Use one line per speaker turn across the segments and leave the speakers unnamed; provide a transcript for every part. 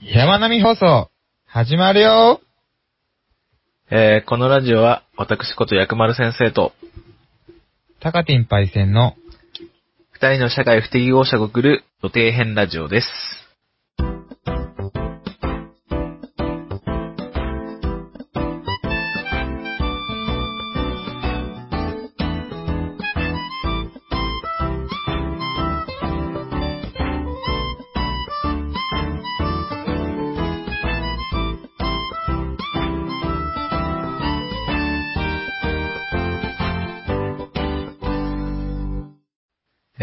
山並放送、始まるよ
えー、このラジオは、私こと薬丸先生と、
タカティンパイセンの、
二人の社会不適合者を送る予定編ラジオです。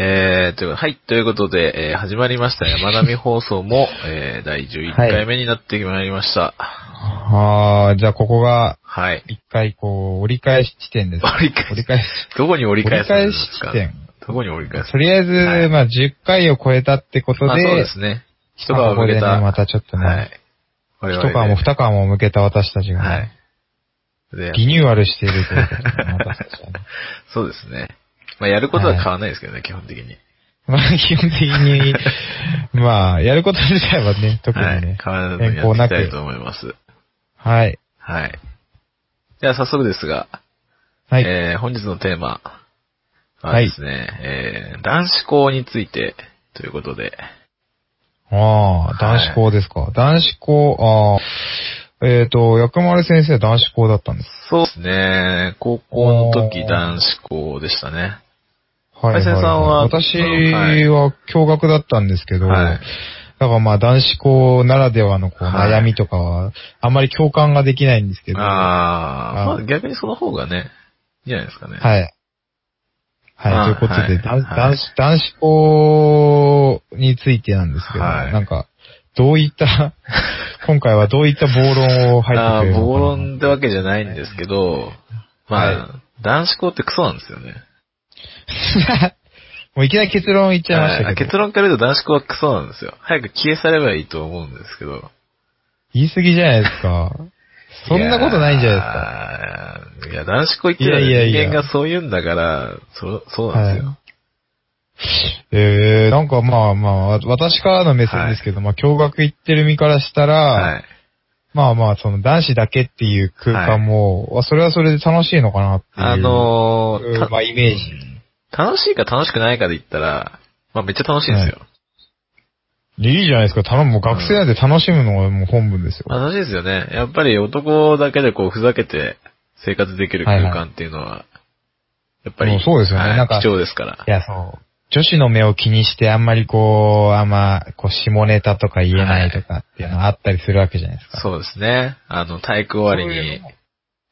えー、という、はい、ということで、えー、始まりました山並放送も、えー、第11回目になってまいりました。
はー、じゃあここが、
はい。
一回こう、折り返し地点 です。
折り返し
折り返し、
どこに折り返すんですか
折り返し
どこに折り返す
とりあえず、
はい
まあ10回を超えたってことで、
まあ、そうですね。一
まあ
皮
ここ
む
で
け
ね、
た。
またちょっとね、
はい。我
一
々で
皮も二皮も向けた私たちがね、
はい。で
リニューアルしているということで、私たちはね。
そうですね。まあ、やることは変わらないですけどね、基本的に。
まあ基本的に、まあ、やること自体はね、特に
はい。
ね、
変わらずにやっていきたいと思います。
はい。
はい。じゃあ、早速ですが、
はい。
えー、本日のテーマは
はい
ですね、えー、男子校についてということで、
ああ、
は
男
い
子校ですか。男子校、ああ、えっ、と、薬丸先生は男子校だったんです。
そうですね、高校の時
おー
男子校でしたね。
は
林先生は
私
はい
は共学だったんですけど、
はい
だからまあ男子校ならではのこう
はい
悩みとかは、あんまり共感ができないんですけど、は
あー、
あ
まあ逆にその方がね、いいじゃないですか
い。
ね。
はい。
あ
ということで、
はい
男
はい
男子男子校についてなんですけど、
はい
なんか、どういった、 今回はどういった暴論を入
あ
ってくれるのかな
ー暴論ってわけじゃないんですけど、まあ、男子校ってクソなんですよね。
もういきなり結論言っちゃいました
はい
けど。
結論から言うと男子校はクソなんですよ。早く消え去ればいいと思うんですけど。
言い過ぎじゃないです か。そんなことないんじゃない
ですか。いや、男子校行ってる
いやいやいや
人間がそう言うんだから、そ、そうなんですよ。
はですか。えー、なんかまあまあ、わ私からの目線ですけど、まあ、驚学行ってる身からしたら、
はい。
まあまあ、その男子だけっていう空間も、わそれはそれで楽しいのかなっていう。
あの
うん
ー、た
まあイメージ
うん楽しいか楽しくないかで言ったら、まあめっちゃ楽しいですよ。
いいじゃないですか。たのもう学生なんて楽しむのがもう本分ですよ。
まあ楽しいですよね。やっぱり男だけでこうふざけて生活できる空間っていうのは、やっぱ
も
り、
うそうですよね
はい
なんか
貴重ですから。
いや、そう。女子の目を気にして、あんまりこう、あんま、こう、下ネタとか言えないとかっていうのがあったりするわけじゃないですか。
そうですね。あの、体育終わりに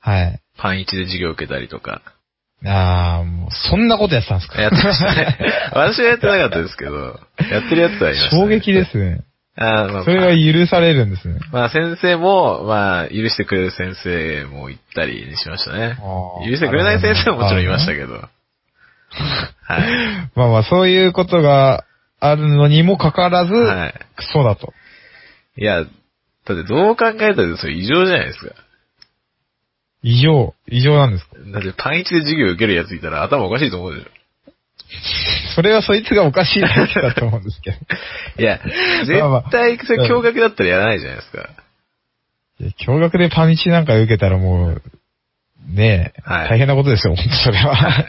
はい。
パン一で授業受けたりとか。
ああ、もう、そんなことやってたんですか
やってまし たね。私はやってなかったですけど、やってるやつはいました、ね。
衝撃ですね。
あーまあ、
それは許されるんですね。
まあ先生も、まあ、許してくれる先生も行ったりしましたね。許してくれない先生ももちろんいましたけど。はい。
ど。まあまあ、そういうことがあるのにもかかわらず、
はい。
クソだと。
いや、だってどう考えたらそれ異常じゃないですか。
異常、異常なんですか
だってパン一で授業受けるやついたら頭おかしいと思うでし
それはそいつがおかしいだけだと思うんです けど。
ょ。いや、
まあまあ
絶対、それ驚愕だったらやらないじゃないですか。
いや驚愕でパンチなんか受けたらもう、ねえ、
はい
大変なことですよ、本当それは。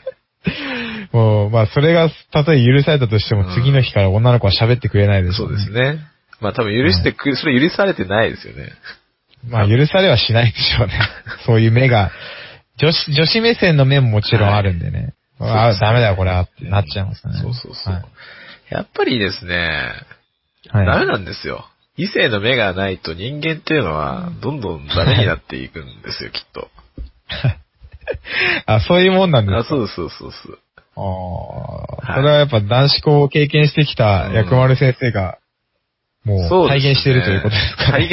もう、まあ、それが、たとえ許されたとして
う
も、
ん
次の日から女の子は喋ってくれないでしょ
そうう
ね
ですね。まあ多分許してくれ、それ許されてないですよね。
まあ、許されはしないでしょう ね。そういう目が、女子、女子目線の目ももちろんあるんでね。
はい
あ
そうですね
ダメだよ、これは、ってなっちゃいますね。
そうそうそう。
はい
やっぱりですね、
はい。
ダメなんですよ。異性の目がないと人間っていうのは、どんどんダメになっていくんですよ、きっと。
あ、そういうもんなんです
あ、
か
そうそうそうそう。
ああ、
はい
それはやっぱ男子校を経験してきた薬丸先生が、もう、
そうです
体
ね
現してるということですかね。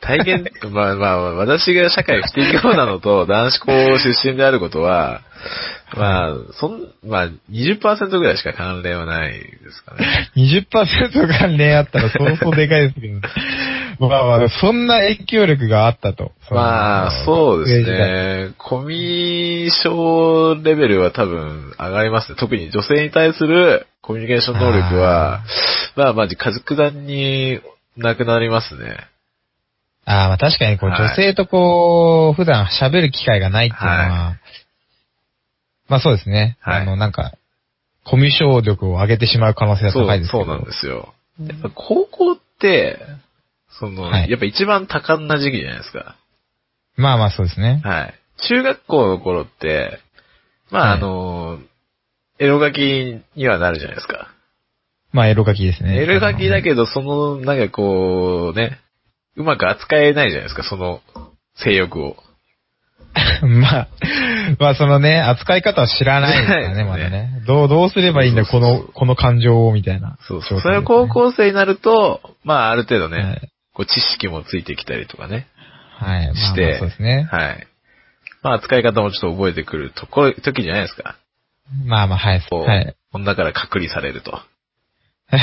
体現、体 現、まあまあ、私が社会不適合な のと男子校出身であることは、まあ、そん、まあ、20%ぐらいしか関連はないですかね。
20%関連あったら相当でかいです けど。まあまあ、そんな影響力があったと。
まあ、そうです。ね。コミュ障レベルは多分上がりますね。特に女性に対するコミュニケーション能力は、まあまあ、家族団になくなりますね。
ああ、まあ確かにこう、
はい
女性とこう、普段喋る機会がないっていうのは、
は
まあそうですね。
はい
あの、なんか、コミュ障力を上げてしまう可能性が
そう
高いですけ
そ
ど。
うなんですよ。やっぱ高校って、その、
はい
やっぱ一番多感な時期じゃないですか。
まあまあそうですね。
はい。中学校の頃って、まあ、
はい
あの、エロ書きにはなるじゃないですか。
まあエロ書きですね。
エロ書きだ
ど。
けど、その、なんかこう、ね、うまく扱えないじゃないですか、その、性欲を。
まあ、まあそのね、扱い方を知らないですからね、まだね。どう、どうすればいいんだ、
そ
こ
うそうそう
の、この感情を、みたいな。
そうそう。それは高校生になると、まあ、ある程度ね、
はい
こう、知識もついてきたりとかね。
はい。まあまあ
して
そうですね。
はい。まあ、扱い方もちょっと覚えてくるとこ、時じゃないですか。
まあまあ、はい。
こう、
はい。
女から隔離されると。
あ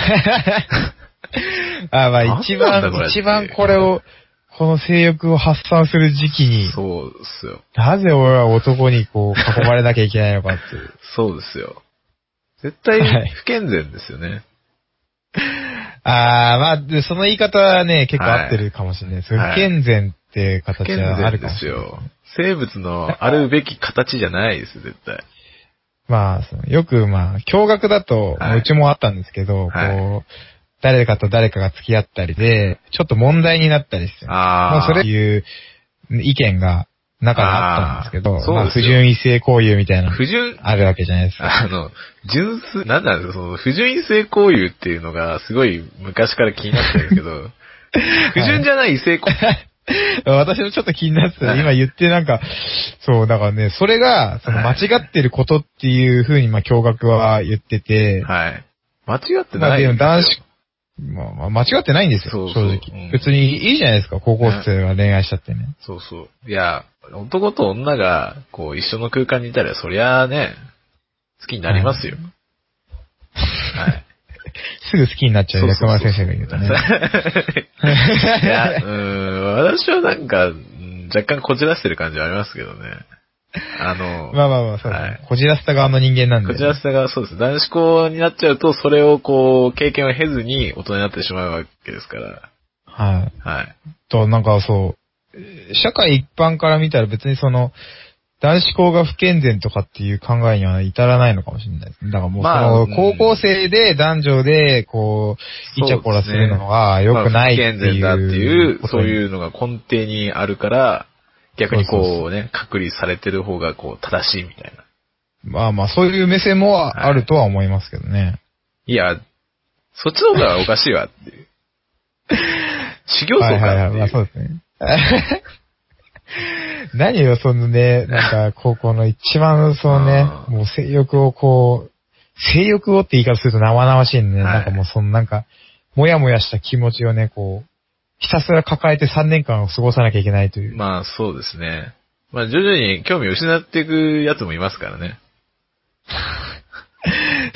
まあ
なん
一
なんだこれ
番、
って
一番これを、この性欲を発散する時期に、
そうですよ。
なぜ俺は男にこう囲まれなきゃいけない のかっていう。
そうですよ。絶対
はい
不健全ですよね。
ああ、まあ、でその言い方はね、結構合ってるかもしれないです。
はい
不健全っていう
不
形
健
はある
全
か
で
もし
す
れない。
よ。生物のあるべき形じゃないです、絶対。
まあ、そのよくまあ、驚愕だと、
はいう
ちもあったんですけど、
はい
こう、誰かと誰かが付き合ったりで、ちょっと問題になったりして、
あ
ま
あ。
あ、それっていう意見が中にあったんですけ
あ
ど
ー、そう
まあ、
です
不
よ
純異性交友みたいなの
不純、
あるわけじゃないですか。
あの、純粋、なんなんですか、その、不純異性交友っていうのが、すごい昔から気になってるんです けど、 不純じゃない異性交友。
私もちょっと気になってた。
はい
今言ってなんか、そう、だからね、それが、その間
はい
違ってることっていうふうに、まあ、驚愕は言ってて、
はい。間違って
まあ
ない
でも
んですよ。
男子、まあまあ、間違ってないんです
そう
よ、
そう
正
うん
直。別にいいじゃないですか、高校生は恋愛しちゃってね。
そうそう。いや、男と女が、こう、一緒の空間にいたら、そりゃあね、好きになりますよ。はい。
すぐ好きになっちゃう、薬丸先生が言うとね。
いや、うーん、私はなんか、うん若干こじらしてる感じはありますけどね。あの、
まあまあまあ、そうですね
はい
こじらせた側の人間なんで。
こじらせたが、そうです。男子校になっちゃうと、それをこう、経験を経ずに大人になってしまうわけですから。
はい。
はい。
と、なんかそう、えー社会一般から見たら別にその、男子校が不健全とかっていう考えには至らないのかもしれないですね。だからもうそ
まあ
の、
うん
高校生で男女で、こう、イチャコラするのは良くないっていう。
まあ不健全だっていう、そう
う。
いうのが根底にあるから、逆に
そうそう
こうね、隔離されてる方がこう、正しいみたいな。
まあまあ、そういう目線もあるとは思いますけどね。
いや、そっちの方がおかしいわって いう。修行僧
はいはいはい。
かってい。
まあそううですね。 何よ、そのね、なんか、高校の一番、そのね
あ、ー
もう性欲をこう、性欲をって言い方すると生々しいんで、ね
はい
なんかもうそのなんか、もやもやした気持ちをね、こう、ひたすら抱えて3年間を過ごさなきゃいけないという。
まあそうですね。まあ徐々に興味を失っていくやつもいますからね。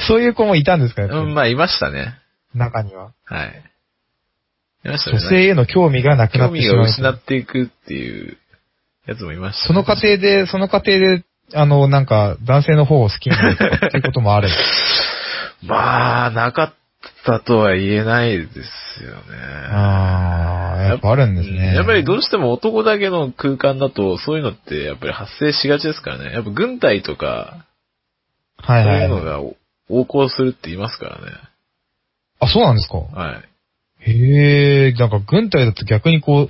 そういう子もいたんですかやっぱ
う
り
ん、まあいましたね。
中には。
はい。いましたね。
女性への興味がなくなっ
興
て
味
しま
が
う。
失っていくっていうやつもいました、
その過程で、その過程で、あの、なんか、男性の方を好きになるとかっていうこともある。
まあ、なかったとは言えないですよね。
ああ、やっぱあるんです
うん
ね。
やっぱりどうしても男だけの空間だと、そういうのってやっぱり発生しがちですからね。やっぱ軍隊とか、
は
そう
いはいいう
の
はい。
が横行するって言いますからね。
あ、そうなんですか
はい。
へえ、なんか軍隊だと逆にこう、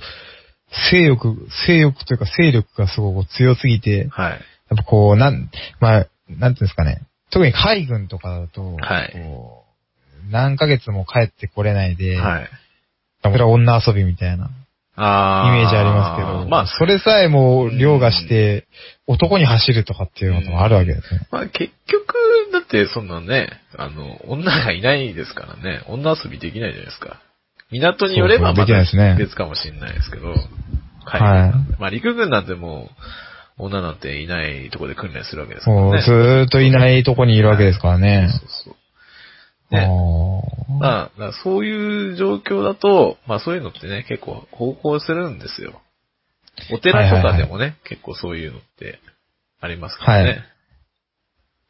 性欲、性欲というか勢力がすごく強すぎて、
はい。
やっぱこう、なん、まあ、なんていうんですかね。特に海軍とかだと、
はい
こう何ヶ月も帰ってこれないで、
はい。
それは女遊びみたいなイ
あ
メージありますけど、
まあ、
それさえも凌駕して、男に走るとかっていうのもあるわけですね。
まあ結局、だってそんなね、あの、女がいないですからね、女遊びできないじゃないですか。港によれ
そ
ば
うそう
ま
できないです
た
ね
別かもしれないですけど、海軍
はい
まあ陸軍なんてもう、女なんていないとこで訓練するわけですから
もう
ね。
ずーっといないとこにいるわけですからね。
そうそうそう。ね。
あー
まあ、だからそういう状況だと、まあそういうのってね、結構方向するんですよ。お寺とかでもね、結構そういうのってありますからね。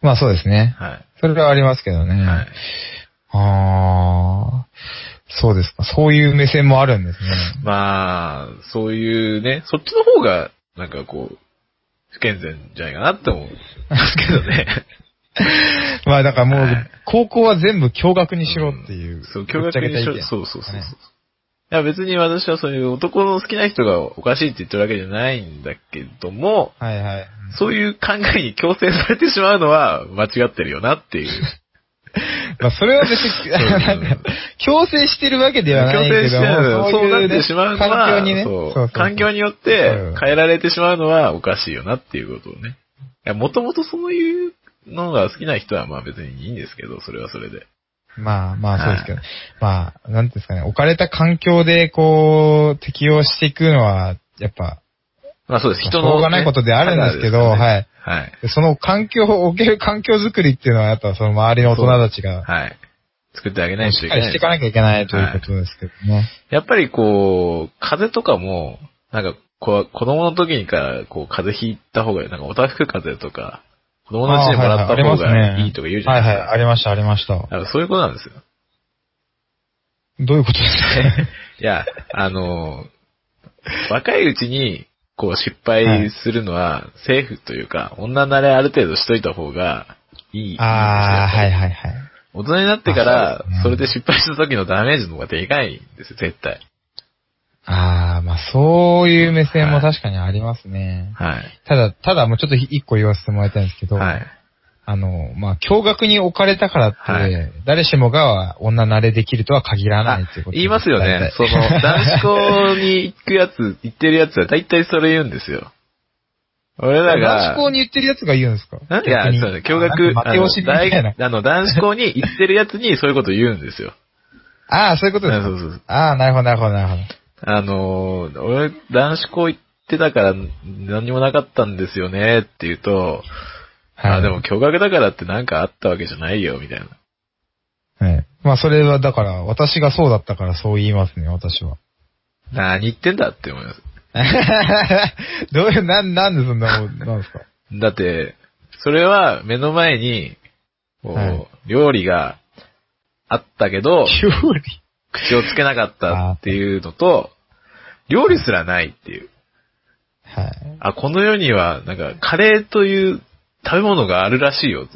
まあそうですね。
はい。
それはありますけどね。
はい。
ああ。そうですか。そういう目線もあるんですね。
まあ、そういうね、そっちの方が、なんかこう、不健全じゃないかなって思うんですけどね。
まあだからも
は
う
い、
高校は全部共学にしろっていう。
そう、驚愕にしろ。そうそうそうそう。
ね
いや別に私はそういう男の好きな人がおかしいって言ってるわけじゃないんだけども、
はいはい。
そういう考えに強制されてしまうのは間違ってるよなって いう。
まあそれは別に、なんか、 強制してるわけではないけども、
そうなっ
ね
てしまうのは、
環境にね、
そう
そうそう
環境によって変えられてしまうのはおかしいよなっていうことをね。いや、もともとそういうのが好きな人はまあ別にいいんですけど、それはそれで。
まあまあそうですけど、まあ、なんていうんですかね、置かれた環境でこう、適応していくのは、やっぱ、
まあそうです。
まあ
人
しょ
のね、
うがないことであるんですけど
判断ですからね
その環境を置ける環境づくりっていうのは、やっぱその周りの大人たちが、
はい。はい。作ってあげない
しっ
とい
か
け
りして
ないで
い
す
かなきゃいけないということですけどね。
やっぱりこう、風邪とかも、なんか、こう子供の時にから、こう、風邪ひいた方がいい。なんか、オタフク風邪とか、子供のうちにもらった方がいいとか言うじゃないです
はいはい、あ
か。
りました、ありました。
だからそういうことなんですよ。
どういうことですかね
いや、あの、若いうちに、こう、失敗するのは、セーフというか、女慣れある程度しといた方がいいんですよ。
ああ、はいはいはい。
大人になってから
あそうですね、
それで失敗した時のダメージの方がでかいんですよ、絶対。
ああ、まあそういう目線も確かにありますね。
はい。
ただ、ただもうちょっと一個言わせてもらいたいんですけど、
はい。
あの、まあ、驚愕に置かれたからって、
はい
誰しもが女慣れできるとは限らないっていうこと
言いますよね。そ
大
の、
体
男子校に行くやつ、行ってるやつは大体それ言うんですよ。俺らが、
男子校に言ってるやつが言うんですか
いや、そうだ、驚愕、
あ
あ
て
の
押しみたいな
大。あの、男子校に行ってるやつにそういうこと言うんですよ。
ああ、そういうことです
あ
か。
そうそう。
ああ、なるほど、なるほど、なるほど。
あのー、俺、男子校行ってたから何もなかったんですよねって言うと、
はい
あ、でも、驚愕だからってなんかあったわけじゃないよ、みたいな。
はい。まあ、それはだから、私がそうだったからそう言いますね、私 は。
何言ってんだって思います。
どういう、なん、なんでそんなもん、なんですか
だって、それは目の前に、こう、
はい
料理があったけど、
料理。
口をつけなかったっていうのと、料理すらないっていう。
はい。
あ、この世には、なんか、カレーという食べ物があるらしいよ。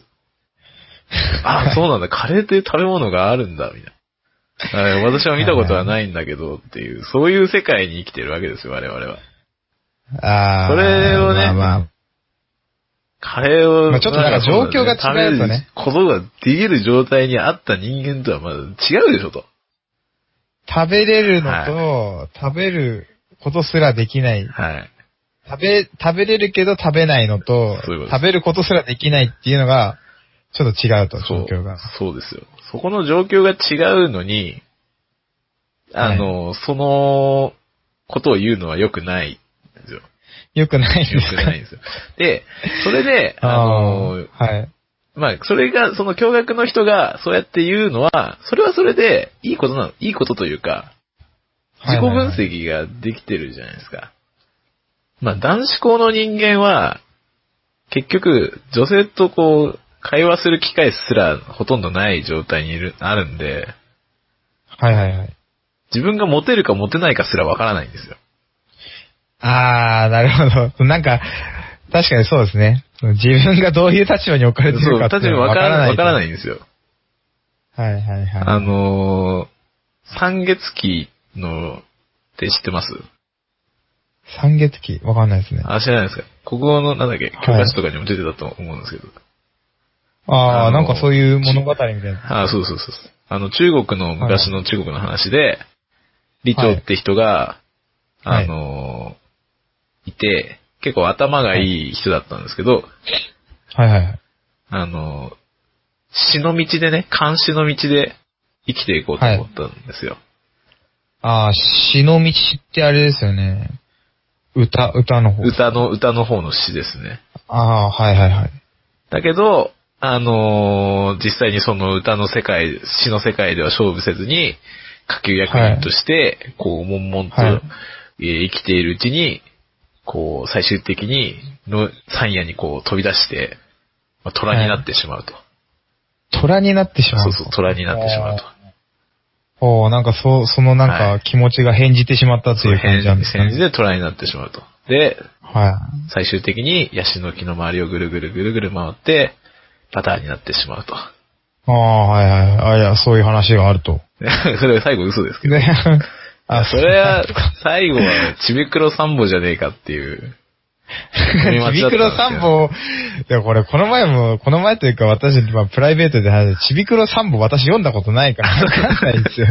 あ、そうなんだ。カレーという食べ物があるんだ、みたいな。はい私は見たことはないんだけどっていう、そういう世界に生きてるわけですよ、我々は。
ああ。
それをね
まあまあ、
カレーを、
まあちょっとなんか状況が違うとね
食べることができる状態にあった人間とはまだ違うでしょ、と。
食べれるのと、食べることすらできない。
はい。
食べ、食べれるけど食べないのと、
そういうことです
食べることすらできないっていうのが、ちょっと違うと、状況が。
そうですよ。そこの状況が違うのに、あの、そのことを言うのは良くないんですよ。
よくないんで
良
す
く
か
ないんですよ。で、それ で、あの、
ーはい。
まあ、それが、その驚愕の人がそうやって言うのは、それはそれでいいことなの、いいことというか、
は
自己
いはい
分
はい
析ができてるじゃないですか。まあ、男子校の人間は、結局、女性とこう、会話する機会すらほとんどない状態にいる、あるんで、
はいはいはい。
自分がモテるかモテないかすらわからないんですよ。
あー、なるほど。なんか、確かにそうですね。自分がどういう立場に置か
そ
れてる
う、
かって
立
いうの
場
は
わ
わ
か
からら
な、
ないい。
わから
い。
ないんですよ。
はいはいは
あ
い。
のー、三月期の、って知ってます
三月期わかんないですね。
あ、知らないですかここの、なんだっけ、教科書とかにも出てたと思うんですけど。
あー、
あの
なんかそういう物語みたいな。
あそうそうそうそう。あの、中国の、昔の中国の話で、李長って人が、
はい
あのー、いて、結構頭がいい人だったんですけど、
はいはいはい。
あのー、死の道でね、監視の道で生きていこうと思ったんですよ。
あー、死の道ってあれですよね。歌、歌の方。
歌の、歌の方の詩ですね。
あー、はいはいはい。
だけど、あのー実際にその歌の世界、詩の世界では勝負せずに、下級役員として、こう、悶々と、
はい
えー生きているうちに、こう、最終的に、の、山野にこう、飛び出して、まあ、虎になってしまうと。
虎になってしまう。
そうそう、虎になってしまうと。
ほう、なんかそ、そのなん
は
か気持ちが返じてしまったっていう感じなんです
返事
ね。
でトライになってしまうと。で、
は
最終的にヤシの木の周りをぐるぐるぐるぐる回って、パターンになってしまうと。
い。ああ、はいはい。あいや、そういう話があると。
それ最後嘘ですけど。
ね。あ、
それは、最後はちびくろ三歩じゃねえかっていう。
ちびくろ散歩を、いや、これ、この前も、この前というか、私、まあ、プライベートで話して、ちびくろ散歩私読んだことない から、わかんないんですよ。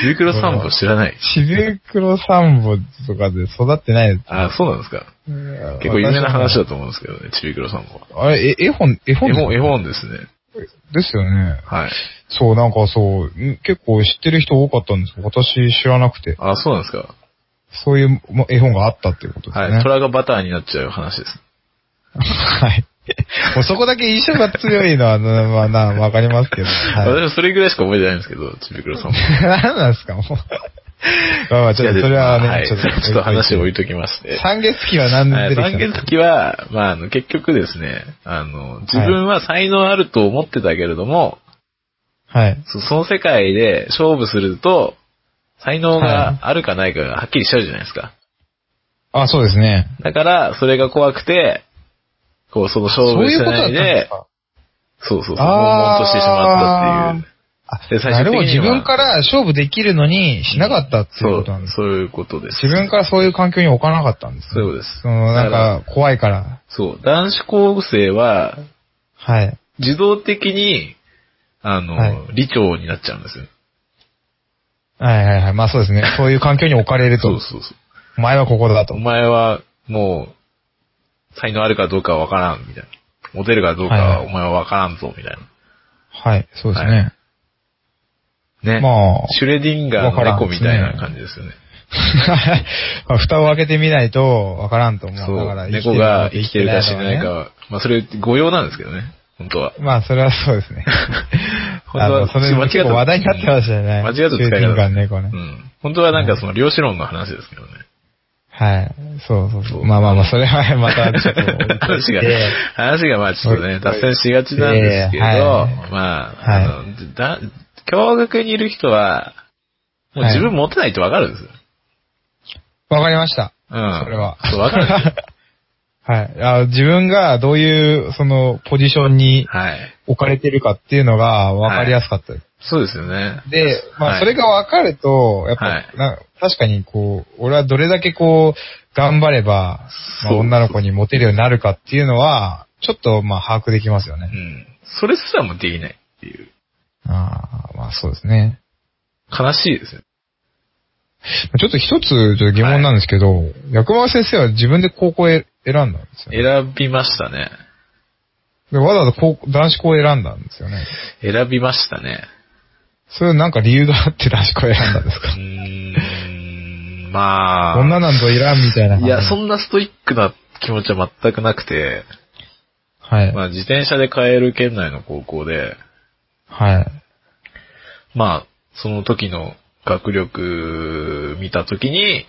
ちびくろ三歩知らない。
ちびくろ散歩とかで育ってない。
あ、そうなんですか。結
結
構有名な話
だ。
だと思うんですけどね、ちびくろさんも。
あれ、え、絵本、絵本
絵本、絵本ですね。
ですよね。
はい。
そう、なんかそう、ん結構知ってる人多かったんですけど、私知らなくて、
あ、そうなんですか。
そういうも絵本があったっていうことですね。
はい。虎がバターになっちゃう話です。
はい。 もうそこだけ印象が強いのは、 なまあ、な、わかりますけど。はい
私はそれぐらいしか覚えてないんですけど、ちびくろさんも。
何なんですか、もう。 まあまあ、ちょっと、それはいね、
やでまあはいちょっと話を置いときまして。
三月期は何
はい
で出て
三
きた
月期は、まあ、あの、結局ですね、あの、自分は才能あると思ってたけれども、
はい。
そその世界で勝負すると、才能があるかないかがはっきりしちゃうじゃないですか。
あ、そうですね。
だから、それが怖くて、こう、その勝
そ
負
うい
し
うことだった
ない
んです
で、
か
そうそうそう、悶
あー
々としてしまったっていう。
あ
で、最
な
終
る
的
ほ
に
ど。
は
自分から勝負できるのにしなかったっていうことなんです。
そう、そういうことです。
自分からそういう環境に置かなかったんです。
そういうことです。
その、な
だから
んか、怖いから。
そう、男子高生は、
はい。
自動的に、あの、
はい
理長になっちゃうんですよ。
はいはいはい。まあそうですね。そういう環境に置かれる
そ
と
う。そうそう。
お前はここだと
お。前は、もう、才能あるかどうかはわからん、みたいな。モテるかどうか
はい
は、
はい
お前はわからんぞ、みたい
はい。そうです
は
ね。
な。ね。
まあ
シュレディンガー
わか
の
らん
猫みたいな感じですよね。
まあ蓋を開けてみないと、わからんと思う。だから
そう。猫が生きてるか死んでないか
は
は、まあそれ、誤用なんですけどね。本 当は。
まあ、それはそうですね。
本当
あ
は、
のそれ結構話題になってましたよね。
間違った使い
シューティン
方。
グガンねこれ
うん。本当はなんかその量子論の話ですけどね。
はい。そうそう
そ
そうう。まあまあまあ、それはまたちょっと置いと いて。
話が、話がまあちょっと
置
ね、
いとい
脱
て
線しがちなんですけど、
ええはい
まあ、あの、だ、教学にいる人は、もう自分持てないってわかるんですよ。
わかりました。
うん。
それは。
そう、わかる んですよ。
はい。あ自分がどういう、その、ポジションに
はい。
置かれてるかっていうのがわかりやすかったです。
そうですよね。
で、ま
は
あ、
い
それが分かると、やっぱ、
はい
な確かにこう、俺はどれだけこう、頑張れば、まあ
そう
女の子にモテるようになるかっていうのは、ちょっと、まあ、把握できますよ
う
ね。
ん。それすらもできないっていう。
ああ、まあ、そうですね。
悲しいですよ。
ちょっと一つ、ちょっと疑問なんですけど、薬丸先生は自分で高校へ選んだんですよね。
選びましたね。
でわざわざ高校男子校を選んだんですよね。
選びましたね。
それなんか理由があって男子校を選んだんです
う
か
ーん、まあ。
女なんぞいらんみたいな感じ。
いや、そんなストイックな気持ちは全くなくて、
はい。
まあ自転車で帰る県内の高校で、
はい。
まあ、その時の学力見た時に、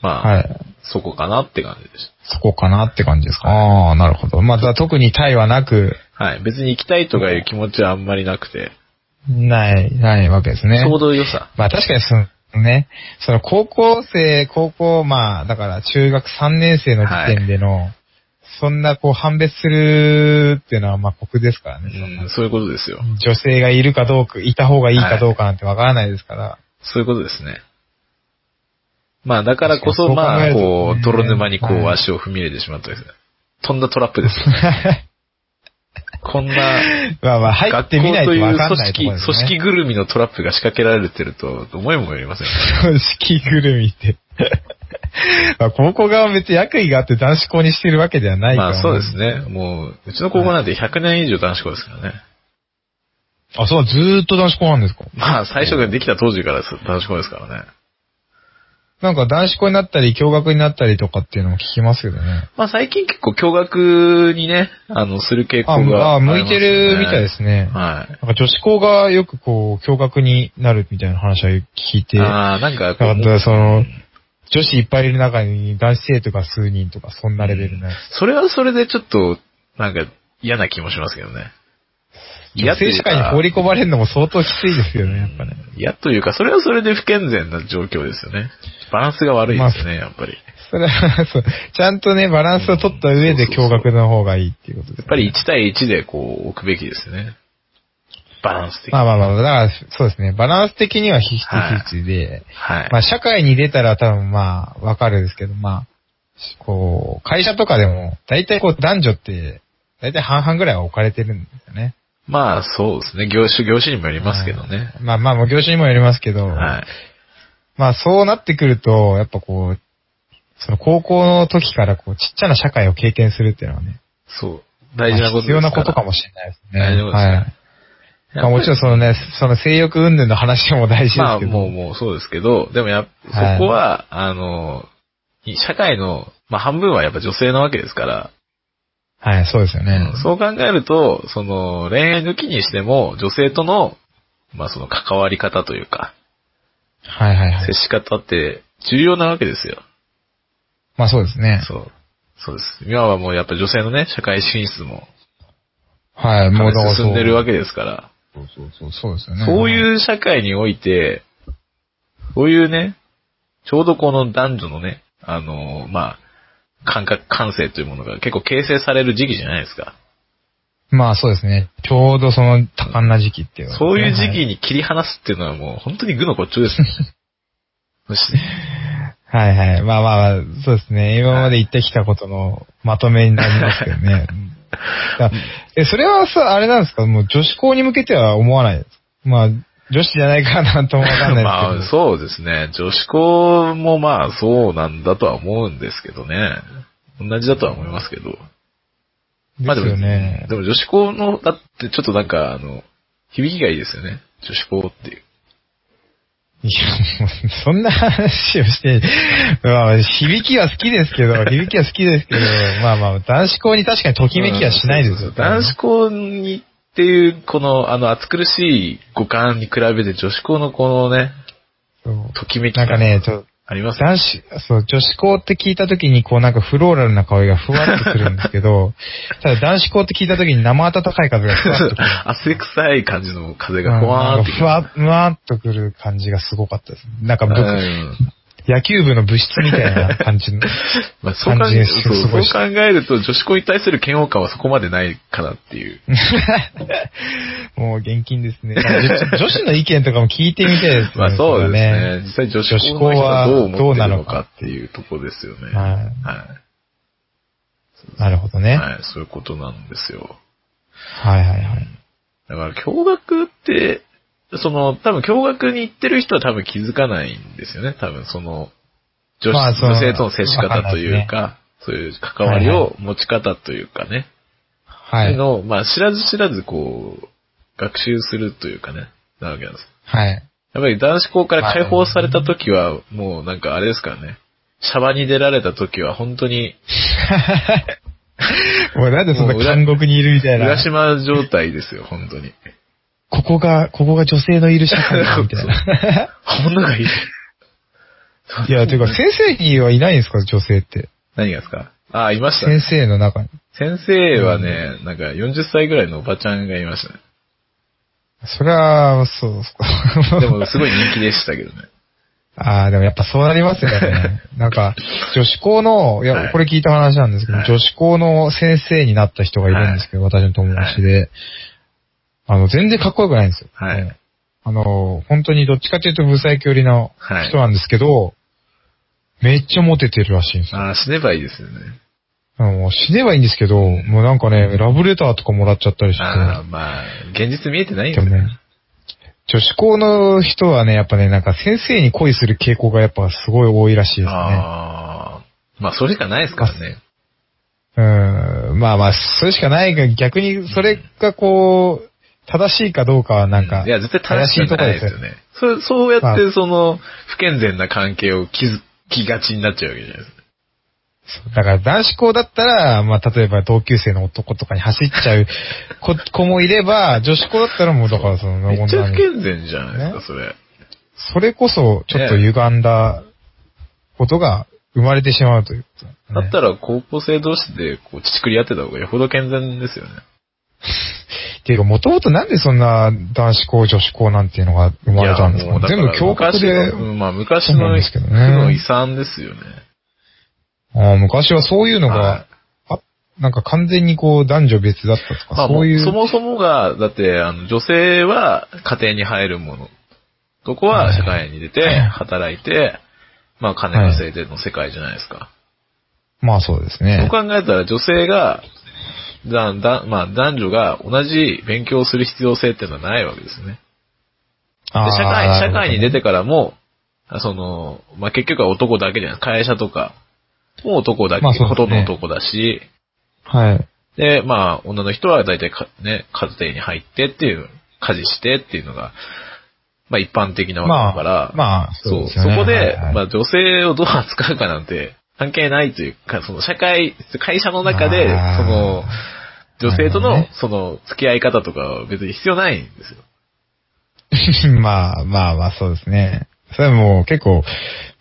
まあ、
はい。
そこかなって感じでし
そこかなって感じですか。ああ、なるほど。まあ、だから特にタイはなく、
た。はい。別に行きたいとかいう気持ちはあんまりなくて、
ない、ないわけですね
ち。ょうど良さ。
まあ、確かにその、ね、その高校生、高校、まあ、だから中学3年生の時点での、そんなこう判別するっていうのは、まあ、酷ですから
う、
ね。そんなん
そういうことですよ。
女性がいるかどうか、いた方がいいかどうかなんてわからないです から。
そういうことですね。まあ、だからこそ、
確か
まあ、
にそう考えると
こ
ね
う、泥沼にこう、
はい
足を踏み入れてしまったですね。飛んだトラップです よ。こんな、
まあまあ、入ってみないとわかんない
学校
と
とい
ころ
う組
です
織、組
ね。
織ぐるみのトラップが仕掛けられてると、思いもよりません。
組織ぐるみって。 まあ、高校側は別に悪意があって男子校にしてるわけではないから。
まあそうですね。もう、うちの高校なんて100年以上男子校ですからね。
あ、そう、ずーっと男子校なんですか
まあ最初ができた当時からです男子校ですからね。
なんか男子校になったり、共学になったりとかっていうのも聞きますけどね。
まあ最近結構共学にね、あの、する傾
あ、
向が
あ
あります
向いてるみたいで
ね。
すね。
はい。
なんか女子校がよくこう、共学になるみたいな話は聞いて、なんか
ああ、なんかこ
だか
う、
らその、女子いっぱいいる中に男子生徒が数人とか、そんなレベルのやつ。
それはそれでちょっと、なんか嫌な気もしますけどね。
女性社会に放り込まれるのも相当きついですよね、やっぱね。
嫌というか、それはそれで不健全な状況ですよね。バランスが悪いですね、やっぱり。
それは、そう、ちゃんとね、バランスを取った上で驚愕の方がいいっていうことです、ね。
やっぱり1対1でこう置くべきですね。バランス的に。
まあまあまあ、だから、そうですね。バランス的には非必必で、
はい。
まあ社会に出たら多分まあ、わかるんですけど、まあ、こう、会社とかでも、大体こう男女って、大体半々ぐらいは置かれてるんですよね。
まあ、そうですね。業種、業種にもよりますけどね。
まあまあ、もう業種にもよりますけど、
はい。
まあそうなってくると、やっぱこう、その高校の時からこう、ちっちゃな社会を経験するっていうのはね、
そう。大事なことです
必要なことかもしれないですね。
大事なことですね
はい。まあもちろんそのね、その性欲云々の話も大事ですけど。
まあ、もう、もうそうですけど、でもやっ、そ
はい
こは、あの、社会の、まあ、半分はやっぱ女性なわけですから、
はい、そうですよね。
そう考えると、その、恋愛抜きにしても、女性との、まあ、その関わり方というか、
はいはいは
接
い。
し方って重要なわけですよ。
まあそうですね。
そう。そうです。今はもうやっぱ女性のね、社会進出も、
はい、もうだからそう
進んでるわけですから、
そうそうそう、そうですよね。
そう
う。
いう社会において、そういうね、ちょうどこの男女のね、あの、まあ、感覚、感性というものが結構形成される時期じゃないですか。
まあそうですね。ちょうどその多感な時期っていう、
そういう時期に切り離すっていうのはもう本当に愚の骨頂で すね。そして
はいはい。まあまあまあ、そうですね。今まで言ってきたことのまとめになりますけどね。うんだ え、それはさ、あれなんですかもう女子校に向けては思わないですかまあ、女子じゃないからなんともわかんない
ま
で
あ
すけど。
そうですね。女子校もまあそうなんだとは思うんですけどね。同じだとは思いますけど。 まあ
ですよね。
でも女子校の、だってちょっとなんかあの、響きがいいですよね。女子校っていう。
いや、もう、そんな話をして、まあ、響きは好きです けど、響きは好きですけど、まあまあ、男子校に確かにときめきはしないです
うんそう
よ。
そう男子校にっていう、この、あの、暑苦しい五感に比べて女子校のこのね、
そう
ときめき
なんかね、ちょ
ありますね
男子、そう、女子校って聞いた時に、こうなんかフローラルな香りがふわっとくるんですけ ど、ただ男子校って聞いた時に生暖かい風がふわっとくる。
汗臭い感じの風
うん
がふわー
なん
って
かふわ、ふわっとくる感じがすごかったです。なんか
う
部、
ん
野球部の部室みたいな感じの。
まあ、そう考
感じ
え
が
そう
すごい
そう考えると、女子校に対する嫌悪感はそこまでないかなっていう。
もう現金ですね。まあ 女女子の意見とかも聞いてみたいですね。
まあそうですね。実際女子校の人はど
女子校はど
う思っ
う
て
な
る
の
の
か
かっていうところですよね。
は
はい
なるほど
い。
ね。
はい。そういうことなんですよ。
はいはいはい。
だから、驚学って、その、多分驚学に行ってる人は多分気づかないんですよね。多分その、女子、
まあその
女性との接し方というか、そういう関わり
はい
を持ち方というかね。
は
っていう
い。
のを、まあ知らず知らずこう、学習するというかね、なわけなんです。
はい。
やっぱり男子校から解放された時は、もうなんかあれですからね。シャバに出られた時は本当に、
もうなんでそんな監獄にいるみたいな
浦。島状態ですよ、本当 に。
ここが、ここが女性のいる社会だみたいな。
本能がいい。
いや、というか先生にはいないんですか、女性って。
何がですかああ、いましたね
先。生の中に。
先生はね、なんか40歳ぐらいのおばちゃんがい ましたね。
それは、そうっすか。
でもすごい人気でしたけどね。
ああ、でもやっぱそうなりますよね。なんか、女子校の、い
は
や、
い
これ聞いた話なんですけど、
はい
女子校の先生になった人がいるんですけど、私の友達で、あの、全然かっこよくないんですよ。
はい
ねあの、本当にどっちかというと、ブサイク寄りの
はい
人なんですけど、めっちゃモテてるらしいんですよ。
ああ、死ねばいいですよね。
もう死ねばいいんですけど、もうなんかね、ラブレターとかもらっちゃったりして、
ああ、まあ、現実見えてないん
で
です
も
ね。
ね、女子校の人はね、やっぱね、なんか先生に恋する傾向がやっぱすごい多いらしいですね。
ああ、まあそれしかないですからね。
うん、まあまあ、それしかないが、逆にそれがこう、正しいかどうかはなんか、
いや、絶対正しいとこないですよね。そう、そうや
ま
っ
あ
て、その、不健全な関係を築きがちになっちゃうわけじゃないですか。
だから男子校だったら、まあ例えば同級生の男とかに走っち ゃう子子もいれば、女子校だったらもうだからその
めっちゃ
女
不
の
健全じゃないですか、それ。
それこそちょっと歪んだことが生まれてしまうということ
だ
ね、
ったら、高校生同士で、こう、ちちくり合ってた方がよほど健全ですよね。
ていうか、もともとなんでそんな男子校、女子校なんていうのが生まれたんです
いやも
か
うだら
全部教科で
昔、のまあ、昔
そうなん
の
で
負
すけどね
の遺産ですよね。
ああ昔はそういうの
はい
が、あ、なんか完全にこう男女別だったと
ま
か、
あ、
そういう。
もそもそもが、だって、あの、女性は家庭に入るもの。男は社会に出て、働いて、まあ、金稼いでの世界じゃないですか。
まあそうです
そう
ね。
考えたら、女性が、だだまあ、男女が同じ勉強をする必要性っていうのはないわけですね。で
ああ
社会、社会に出
なる
てからも、あその、まあ、結局は男だけじゃない。会社とか、もう男だけ、
まあそうで
ほ
すね
とんど男だし、
ほどはい。
で、まあ、女の人は大体か、ね、家庭に入ってっていう、家事してっていうのが、まあ一般的な
ま
わ
あ、
けだから、
まあ、
そう
ですよ
そ
ね
こで、
はいはい
まあ女性をどう扱うかなんて関係ないというか、その社会、会社の中で、そ
あー
の、女性
なるほ
との
どね、
その、付き合い方とかは別に必要ないんですよ。
まあまあまあ、そうですね。それはもう結構、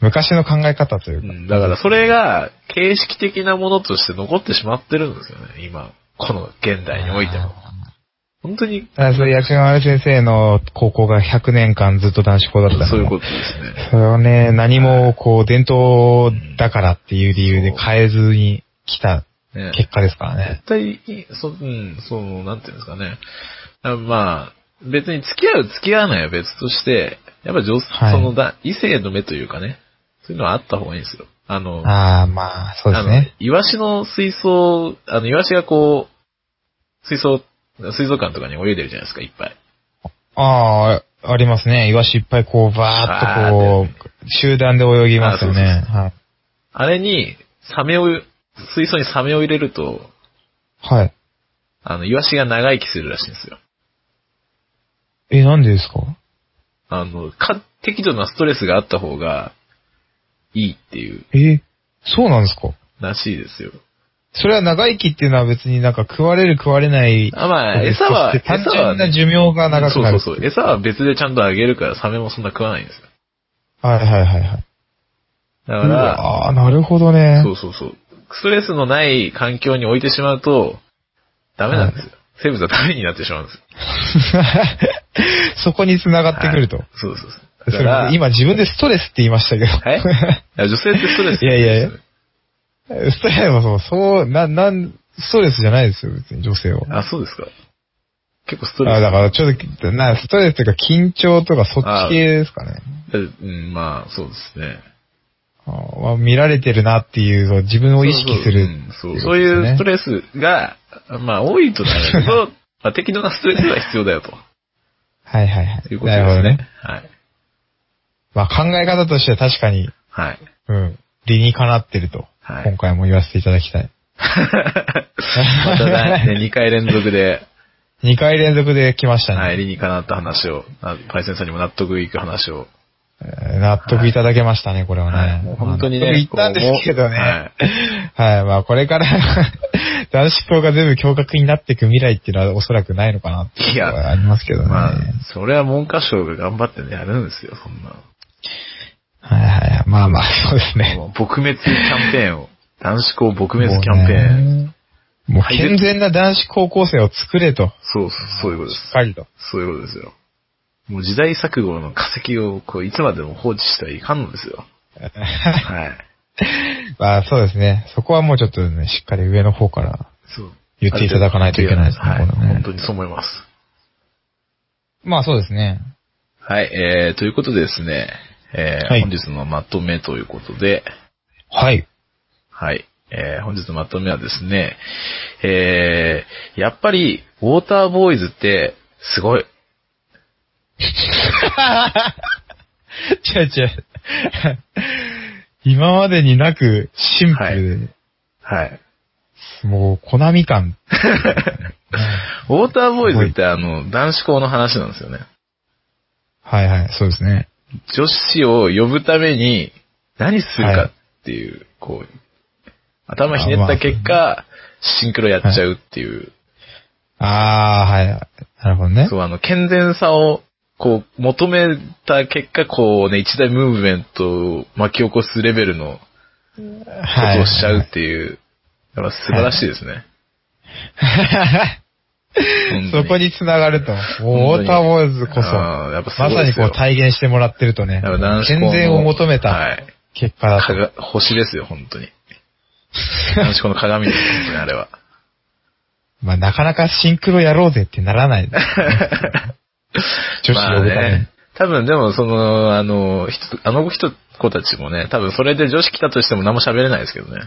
昔の考え方という
う
か。
んだからそれが、形式的なものとして残ってしまってるんですよね、今。この現代においても。本当に、
ただそれ、薬師丸先生の高校が100年間ずっと男子校だったのも
そういうことですね。
それをね、何もこう、伝統だからっていう理由で変えずに来た
ね
結果ですからね。
絶対に、そ、うん、その、なんていうんですかね。あまあ、別に付き合う付き合わないは別として、やっぱ女、
はい
そのだ、異性の目というかね、そういうのはあった方がいいんですよ。あの、
ああ、まあ、そうで
あ
す
の
ね。、
イワシの水槽、あの、イワシがこう、水槽、水族館とかに泳いでるじゃないですか、いっぱい。
ああ、ありますね。イワシいっぱいこう、バーっとこう、集団で泳ぎますよね。はい。
あれに、サメを、水槽にサメを入れると、
はい。
あの、イワシが長生きするらしいんですよ。
え、なんでですか
あの、か、適度なストレスがあった方が、いいっていう、
え、そうなんですから
しいですよ。
それは長生きっていうのは別になんか食われる食われない。
あ、まあ、
別
餌
と
は、
して
餌
単
は
純な寿命が長くなる。
そうそうそう。餌は別でちゃんとあげるから、サメもそんな食わないんですよ。
はいはいはいはい。
だ
あ
か
あー、なるほどね
ら、。そうそうそう。ストレスのない環境に置いてしまうと、ダメなんですよ。生物はダメになってしまうんです よ。
そこに繋がってくると。
はいそうそうそう。
それ
だから、
今自分でストレスって言いましたけど。
えいや女性ってストレス。
いやいやいやストレスはそう、そう、なん、なん、ストレスじゃないですよ、別に女性は。
あ、そうですか。結構ストレス。
あだから、ちょっと、な、ストレスというか緊張とかそっち系ですかね。
うん、まあ、そうですね。
あは見られてるなっていう、そう自分を意識する
そうそううんそうそういうストレスが、まあ、多いとなるけ ど、まあ、適度なストレスが必要だよと。
はいはいはい
という。ことで
なる
す
ほどね。。
はい。
まあ考え方としては確かに、
はい。
うん、理にかなってると、
はい
今回も言わせていただきたい。
ま たね、2回連続で、
2回連続で来ましたね。
はい、理にかなった話を、あパイセンさんにも納得いく話を。
えー納得いただけましたね、これはね。
はいもう本当にね
まあ納得いったんですけどね。はい、まあこれから 男子校が全部共学になっていく未来っていうのはおそらくないのかなっていうの
いや
はありますけどね。
まあ、それは文科省が頑張ってね、やるんですよ、そんな。
はいはいはい。まあまあ、そうですね。
もう撲滅キャンペーンを。男子校撲滅キャンペーン。
もうねもう健全な男子高校生を作れと。
そうそう、そういうことで
し
す
っ。かりと。
そういうことですよ。もう時代錯誤の化石を、こう、いつまでも放置してはいかんのですよ。はい。
まあそうですね。そこはもうちょっとね、しっかり上の方から。
そう。
言っていただかないといけないですね
は
これね
本当にそう思います。
まあそうですね。
はい、えー、ということでですね、えー
はい
本日のまとめということで、
はい。
はい、えー、本日のまとめはですね、えー、やっぱり、ウォーターボーイズって、すごい。
違う違う。今までになくシンプルで、
はい。
もう、コナミ 感。
ウォーターボーイズってあの、男子校の話なんですよね。
はいはい、そうですね。
女子を呼ぶために、何するかっていう、こう、頭ひねった結果、シンクロやっちゃうっていう。
あー、はい。なるほどね。
そう、あの、健全さを、こう、求めた結果、こうね、一大ムーブメントを巻き起こすレベルのこと
はい。
をしちゃうっていう、やっぱ素晴らしいですね。
そこに繋がると。ウォーターウォーズこそ、
あーやっぱすご
ま
い
さ
で
に
すよ
こう体現してもらってるとね
やっぱ男、子校
健
の
全を求め
は
た
い
結果だと。
かが星ですよ、本 当に。男子校の鏡です、本当にあれは。
まあなかなかシンクロやろうぜってなら ない。女子呼ぶた
まあ
めに
ね。多分でも、その、あの、ひとあの人子たちもね、多分それで女子来たとしても何も喋れないですけどね。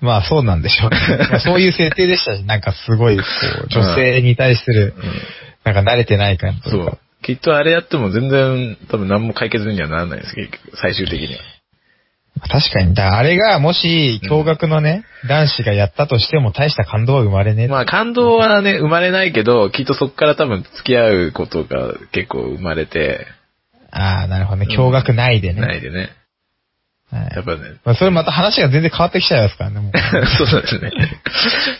まあそうなんでしょうね。 まあそういう設定でしたし、なんかすごい、こう、女性に対する、なんか慣れてない感と
そ
いう
う
か。。
きっとあれやっても全然、多分何も解決にはならないです、結局、最終的には。
確かに。だあれがもし、驚愕のね、男子がやったとしても大した感動は生まれねえ。
まあ感動はね、生まれないけど、きっとそこから多分付き合うことが結構生まれて、
ああ、なるほどね。驚愕ないでね。
ないでね。
はい
やっぱね、
まあ、それまた話が全然変わってきちゃいますからね、もう。
そうですね。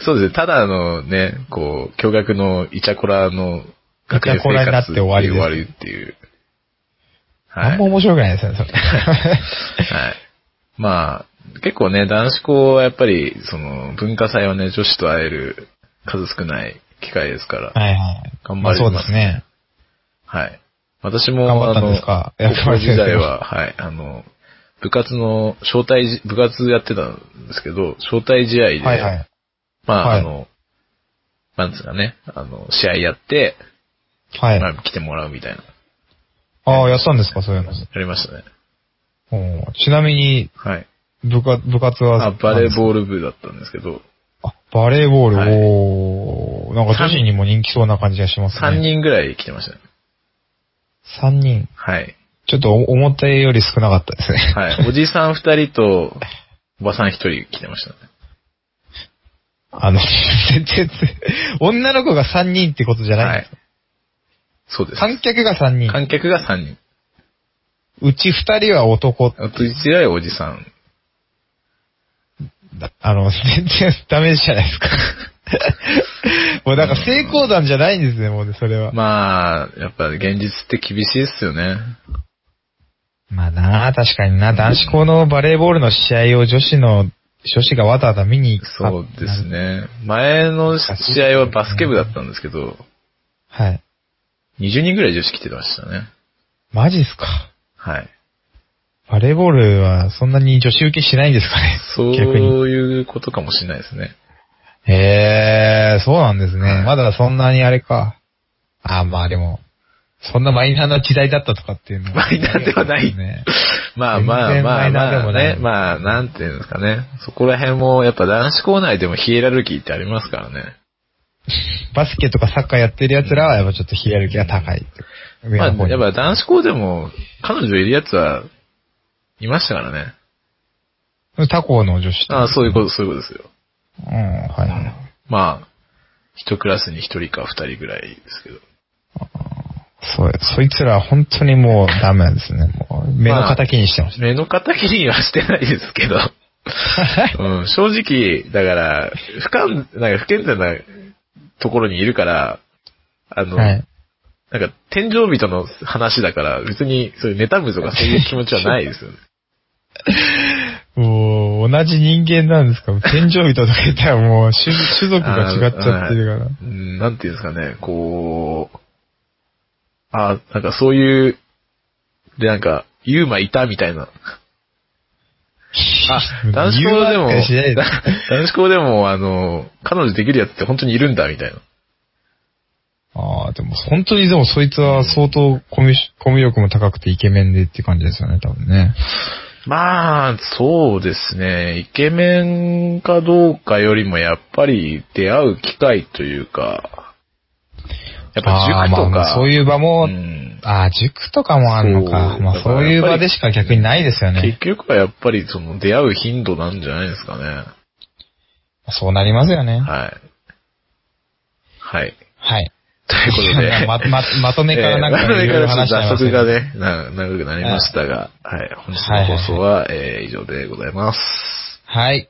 そうですね。ただのね、こう、驚愕のイチャコラの学園
イチ
生活
ャコラになって終わりです
終わりっていう。は
あん
い。
ま
はい。
面白くないですよね、 それ。
まあ、結構ね、男子校はやっぱり、その、文化祭はね、女子と会える数少ない機会ですから。
はいはい。
頑
ま
張
あ
ります
そうですね。
はい。私も、
頑張ったんですか
あの、
やっ
高
ぱ
校
り先生
時代は、はい、あの、部活の、招待じ、部活やってたんですけど、招待試合で、
はいはい。
まあ、
はい
あの、なんですかね、あの、試合やって、
はい。
まあ、来てもらうみたいな、
ああ、やったんですか、そういうの。
やりましたね。
おーちなみに、
はい。
部活、部活は。
あ、バレー
ール。
ボール部だったんですけど、
あ、バレーボール。
はい
おーなんか女子にも人気そうな感じがしますね。
3。人ぐらい来てましたね。
三人。
はい。
ちょっとお思ったより少なかったですね。
はい。おじさん2人と、おばさん1人来てましたね。
あの、全然、女の子が三人ってことじゃない、
はい。そうです。
観客が三人。
観客が3人。
うち二人は男。
あと1台おじさん。
あの、全然ダメじゃないです か。もうなんか成功談じゃないんですね、もうね、それは。
まあ、やっぱ現実って厳しいっすよね。
まあなあ、確かにな。男子校のバレーボールの試合を女子の、女子がわざわざ見に行くか
そうです。ね。前の試合はバスケ部だったんですけど、
はい。
20人ぐらい女子来てましたね。
マジっすか。
はい。
バレーボールはそんなに女子受けしないんですかね。
そう
逆に。
いうことかもしれないですね。
へえ、そうなんです
は
ね
い。
まだそんなにあれか。あまあでも、そんなマイナーな時代だったとかっていうのは
マイナーではない
ね
まあまあ
全然
ま
マ
あ
イナーで
まあ
もな
ね
い、
まあなんていうんですかね。そこら辺もやっぱ男子校内でもヒエラルキーってありますからね。
バスケとかサッカーやってる奴らはやっぱちょっとヒエラルキーが高い。上
ま
の方
あ
に
やっぱ男子校でも彼女いるやつはいましたからね。
他校の女子と
ああ、そういうこと、そういうことですよ。
うん、はいはい。
まあ、一クラスに一人か二人ぐらいですけど。
そう、そいつらは本当にもうダメなんですね。もう目の敵にしてました。
目の敵にはしてないですけど。 うん、正直、だから、不完、なんか不健全なところにいるから、あの、
はい。
なんか天井人の話だから、別にそういう妬むとかそういう気持ちはないですよね。
もう、同じ人間なんですか天井人とか言ったらもう種種族が違っちゃってるから。
うん、なんていうんですかね、こう、あなんかそういう、で、なんか、ユーマいたみたいな。あ、男子校でも、
言うわけしないです
男子校でも、あの、彼女できるやつって本当にいるんだ、みたいな。
ああ、でも本当にでもそいつは相当コミュコミュ力も高くてイケメンでって感じですよね、多分ね。
まあ、そうですね。イケメンかどうかよりも、やっぱり出会う機会というか、やっぱ塾
あー
と
まあま
か、
あそういう場も、
うん
ああ、塾とかもあるのか。
そう
まあそういう
だからやっぱ
場
り
でしか逆にないですよね。
結局はやっぱりその出会う頻度なんじゃないですかね。
そうなりますよね。
はい。はい。
はい。
ということで。
ま、ま、まとめから なんか
えー
いろいろ話し
ち
ち
ょ
ゃい
っ
ま
と
したけ
脱足が
ど。
ね、な長くなりましたが、はい。本日の放送は、えー以上でございます。
はい。